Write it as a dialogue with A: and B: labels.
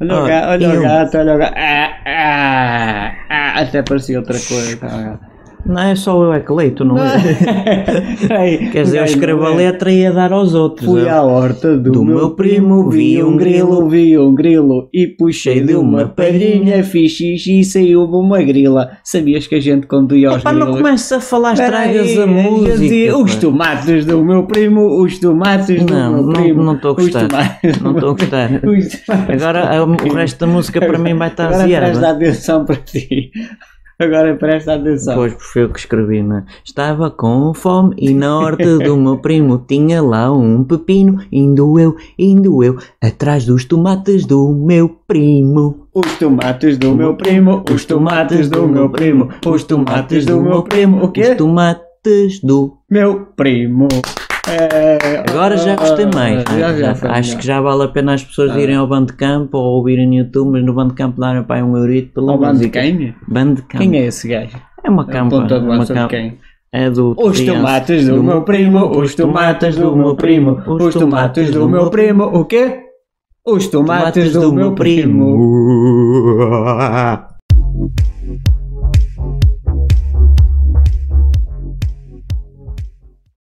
A: Olha
B: Ah,
A: o gato, olha
B: eu.
A: o gato, olha o gato. Ah, ah, ah, até parecia outra coisa. Tá,
B: Não é só eu é que leio, tu não lês.
A: Aí,
B: Quer dizer, eu
A: bem,
B: escrevo a
A: bem.
B: letra e ia dar aos
A: é,
B: outros.
A: Fui
B: eu.
A: à horta do,
B: Do
A: meu
B: meu
A: primo,
B: primo,
A: vi um grilo, vi um grilo e puxei de uma palhinha, fiz xixi e saiu uma grila. Sabias que a gente conduzia aos
B: Epá, não
A: grilos?
B: começa a falar, estragas
A: Peraí,
B: a música.
A: eu dizia,
B: pá.
A: os tomates do meu primo, os tomates do
B: Não,
A: meu
B: não-
A: primo.
B: não estou a
A: os
B: gostar.
A: tomates-
B: Não estou a gostar.
A: os tomates-
B: Agora a- o resto da música para mim vai estar assim,
A: Agora presta
B: zero. é?
A: atenção para ti. Agora presta atenção.
B: Depois foi eu que escrevi, né? Estava com fome e na horta do meu primo tinha lá um pepino. Indo eu, indo eu, atrás dos tomates do meu primo.
A: Os tomates do meu primo, os tomates do meu primo, os tomates do meu primo, o quê?
B: Os tomates do.
A: Meu primo. É,
B: Agora já gostei mais.
A: ah,
B: né?
A: Já, já Ah.
B: Já-
A: foi
B: acho
A: melhor.
B: que já vale a pena as pessoas irem ao Bandcamp ou ouvirem no YouTube, mas no Bandcamp darem para um eurito pela
A: Ao bando de
B: música.
A: Tá quem?
B: Bandcamp.
A: Quem é Então, esse gajo?
B: É uma campa.
A: Aponta
B: É,
A: do
B: uma
A: lado de
B: campa.
A: quem?
B: é do
A: Os
B: Triângulo.
A: tomates do meu primo, os tomates do meu primo, os tomates do meu primo, o quê? Os tomates do meu primo.